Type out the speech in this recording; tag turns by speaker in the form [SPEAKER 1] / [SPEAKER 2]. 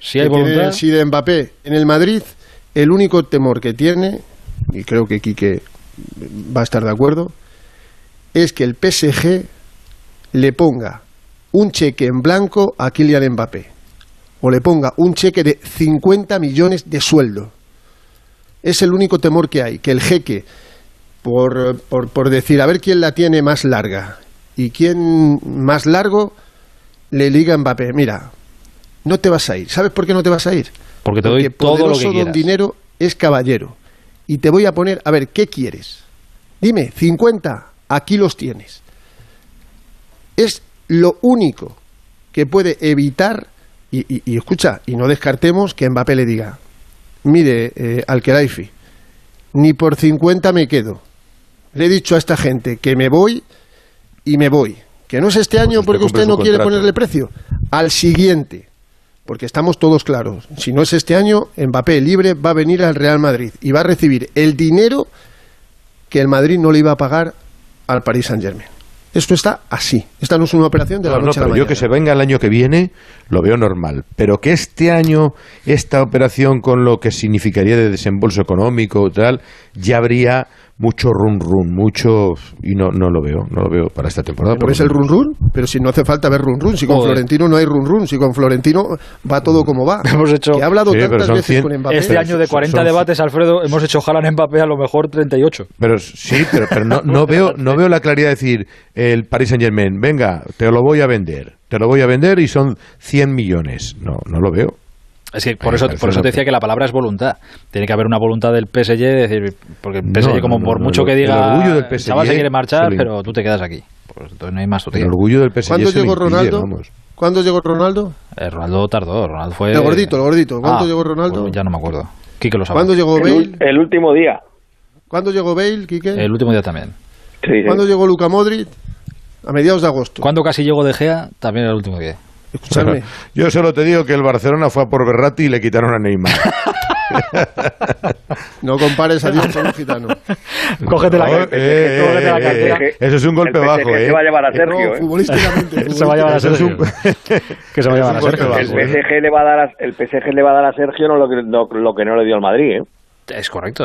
[SPEAKER 1] Si hay voluntad.
[SPEAKER 2] el sí de Mbappé en el Madrid, el único temor que tiene, y creo que Quique va a estar de acuerdo, es que el PSG le ponga un cheque en blanco a Kylian Mbappé o le ponga un cheque de 50 millones de sueldo. Es el único temor que hay, que el jeque, por, por, por decir, a ver quién la tiene más larga y quién más largo, le liga a Mbappé, mira, no te vas a ir. ¿Sabes por qué no te vas a ir?
[SPEAKER 1] Porque te doy
[SPEAKER 2] Porque
[SPEAKER 1] todo lo
[SPEAKER 2] poderoso
[SPEAKER 1] que
[SPEAKER 2] don
[SPEAKER 1] quieras.
[SPEAKER 2] dinero es caballero. Y te voy a poner, a ver, ¿qué quieres? Dime, 50, aquí los tienes. Es lo único que puede evitar, y, y- y escucha, y no descartemos que Mbappé le diga, mire, eh, al Khelaifi, ni por 50 me quedo. Le he dicho a esta gente que me voy y me voy. Que no es este año
[SPEAKER 3] usted
[SPEAKER 2] porque
[SPEAKER 3] cumple
[SPEAKER 2] usted no
[SPEAKER 3] su
[SPEAKER 2] quiere
[SPEAKER 3] contrato.
[SPEAKER 2] ponerle precio. Al siguiente. Porque estamos todos claros. Si no es este año, Mbappé libre va a venir al Real Madrid y va a recibir el dinero que el Madrid no le iba a pagar al Paris Saint Germain. Esto está así. Esta no es una operación de la
[SPEAKER 3] No, no,
[SPEAKER 2] noche a la
[SPEAKER 3] pero yo
[SPEAKER 2] mañana.
[SPEAKER 3] que se venga el año que viene lo veo normal. Pero que este año esta operación con lo que significaría de desembolso económico y tal, ya habría mucho run run, mucho y no no lo veo, no lo veo para esta temporada.
[SPEAKER 2] ¿No
[SPEAKER 3] por
[SPEAKER 2] ves
[SPEAKER 3] lo
[SPEAKER 2] el
[SPEAKER 3] menos.
[SPEAKER 2] run run? Pero si no hace falta ver run run, si con
[SPEAKER 1] Joder.
[SPEAKER 2] Florentino no hay run run, si con Florentino va todo como va.
[SPEAKER 4] Hemos hecho-
[SPEAKER 2] Que he hablado
[SPEAKER 3] Sí, pero
[SPEAKER 2] tantas
[SPEAKER 3] son
[SPEAKER 2] veces
[SPEAKER 3] 100
[SPEAKER 2] con Mbappé.
[SPEAKER 4] Este año de
[SPEAKER 3] son-
[SPEAKER 4] 40
[SPEAKER 3] son-
[SPEAKER 4] debates, Alfredo, hemos hecho jalar en Mbappé a lo mejor 38.
[SPEAKER 3] Pero sí, pero, pero no, no veo no veo la claridad de decir el Paris Saint Germain, venga, te lo voy a vender, te lo voy a vender y son 100 millones. No, no lo veo.
[SPEAKER 1] Es que por
[SPEAKER 3] Eh,
[SPEAKER 1] eso,
[SPEAKER 3] parece
[SPEAKER 1] por eso te
[SPEAKER 3] una-
[SPEAKER 1] decía que la palabra es voluntad. Tiene que haber una voluntad del PSG de decir, porque el PSG
[SPEAKER 3] No,
[SPEAKER 1] como
[SPEAKER 3] no,
[SPEAKER 1] por
[SPEAKER 3] no,
[SPEAKER 1] mucho
[SPEAKER 3] el-
[SPEAKER 1] que
[SPEAKER 3] el
[SPEAKER 1] diga,
[SPEAKER 3] orgullo del
[SPEAKER 1] el chaval se
[SPEAKER 3] PSG
[SPEAKER 1] quiere marchar,
[SPEAKER 3] se lo-
[SPEAKER 1] pero tú te quedas aquí. Pues entonces no hay más
[SPEAKER 3] El
[SPEAKER 1] sortilla.
[SPEAKER 3] orgullo del PSG
[SPEAKER 2] ¿Cuándo
[SPEAKER 3] se lo
[SPEAKER 2] llegó
[SPEAKER 3] impide,
[SPEAKER 2] Ronaldo?
[SPEAKER 3] vamos.
[SPEAKER 2] ¿Cuándo llegó Ronaldo?
[SPEAKER 1] Eh, Ronaldo tardó, Ronaldo fue...
[SPEAKER 2] El gordito, el gordito. ¿Cuánto
[SPEAKER 1] Ah,
[SPEAKER 2] llegó Ronaldo?
[SPEAKER 1] pues ya no me acuerdo. Quique lo sabe.
[SPEAKER 2] ¿Cuándo llegó
[SPEAKER 5] El, ul-
[SPEAKER 2] Bale?
[SPEAKER 5] el último día.
[SPEAKER 2] ¿Cuándo llegó Bale, Quique?
[SPEAKER 1] El último día también.
[SPEAKER 5] Sí, sí.
[SPEAKER 2] ¿Cuándo llegó Luca Modric? A mediados de agosto.
[SPEAKER 1] Cuando casi llegó De Gea, también era el último día.
[SPEAKER 2] Escuchadme.
[SPEAKER 3] Yo solo te digo que el Barcelona fue a por Berratti y le quitaron a Neymar.
[SPEAKER 2] No compares a Dios con un gitano.
[SPEAKER 4] Cógete la,
[SPEAKER 3] No,
[SPEAKER 4] cógete la
[SPEAKER 3] eh,
[SPEAKER 4] cartera.
[SPEAKER 3] eh, eso es un golpe
[SPEAKER 5] el PSG
[SPEAKER 3] bajo,
[SPEAKER 5] se
[SPEAKER 3] eh.
[SPEAKER 5] va a llevar a Sergio,
[SPEAKER 2] No,
[SPEAKER 5] ¿eh?
[SPEAKER 2] futbolísticamente.
[SPEAKER 4] Se va a llevar a
[SPEAKER 3] Eso es
[SPEAKER 4] Sergio.
[SPEAKER 3] un-
[SPEAKER 4] Que se va a llevar a
[SPEAKER 3] Eso es un
[SPEAKER 4] Sergio.
[SPEAKER 3] golpe
[SPEAKER 5] El
[SPEAKER 3] bajo, ¿eh?
[SPEAKER 5] PSG le va a dar a, el PSG le va a dar a Sergio no lo que no, lo que no le dio al Madrid, ¿eh?
[SPEAKER 1] Es correcto.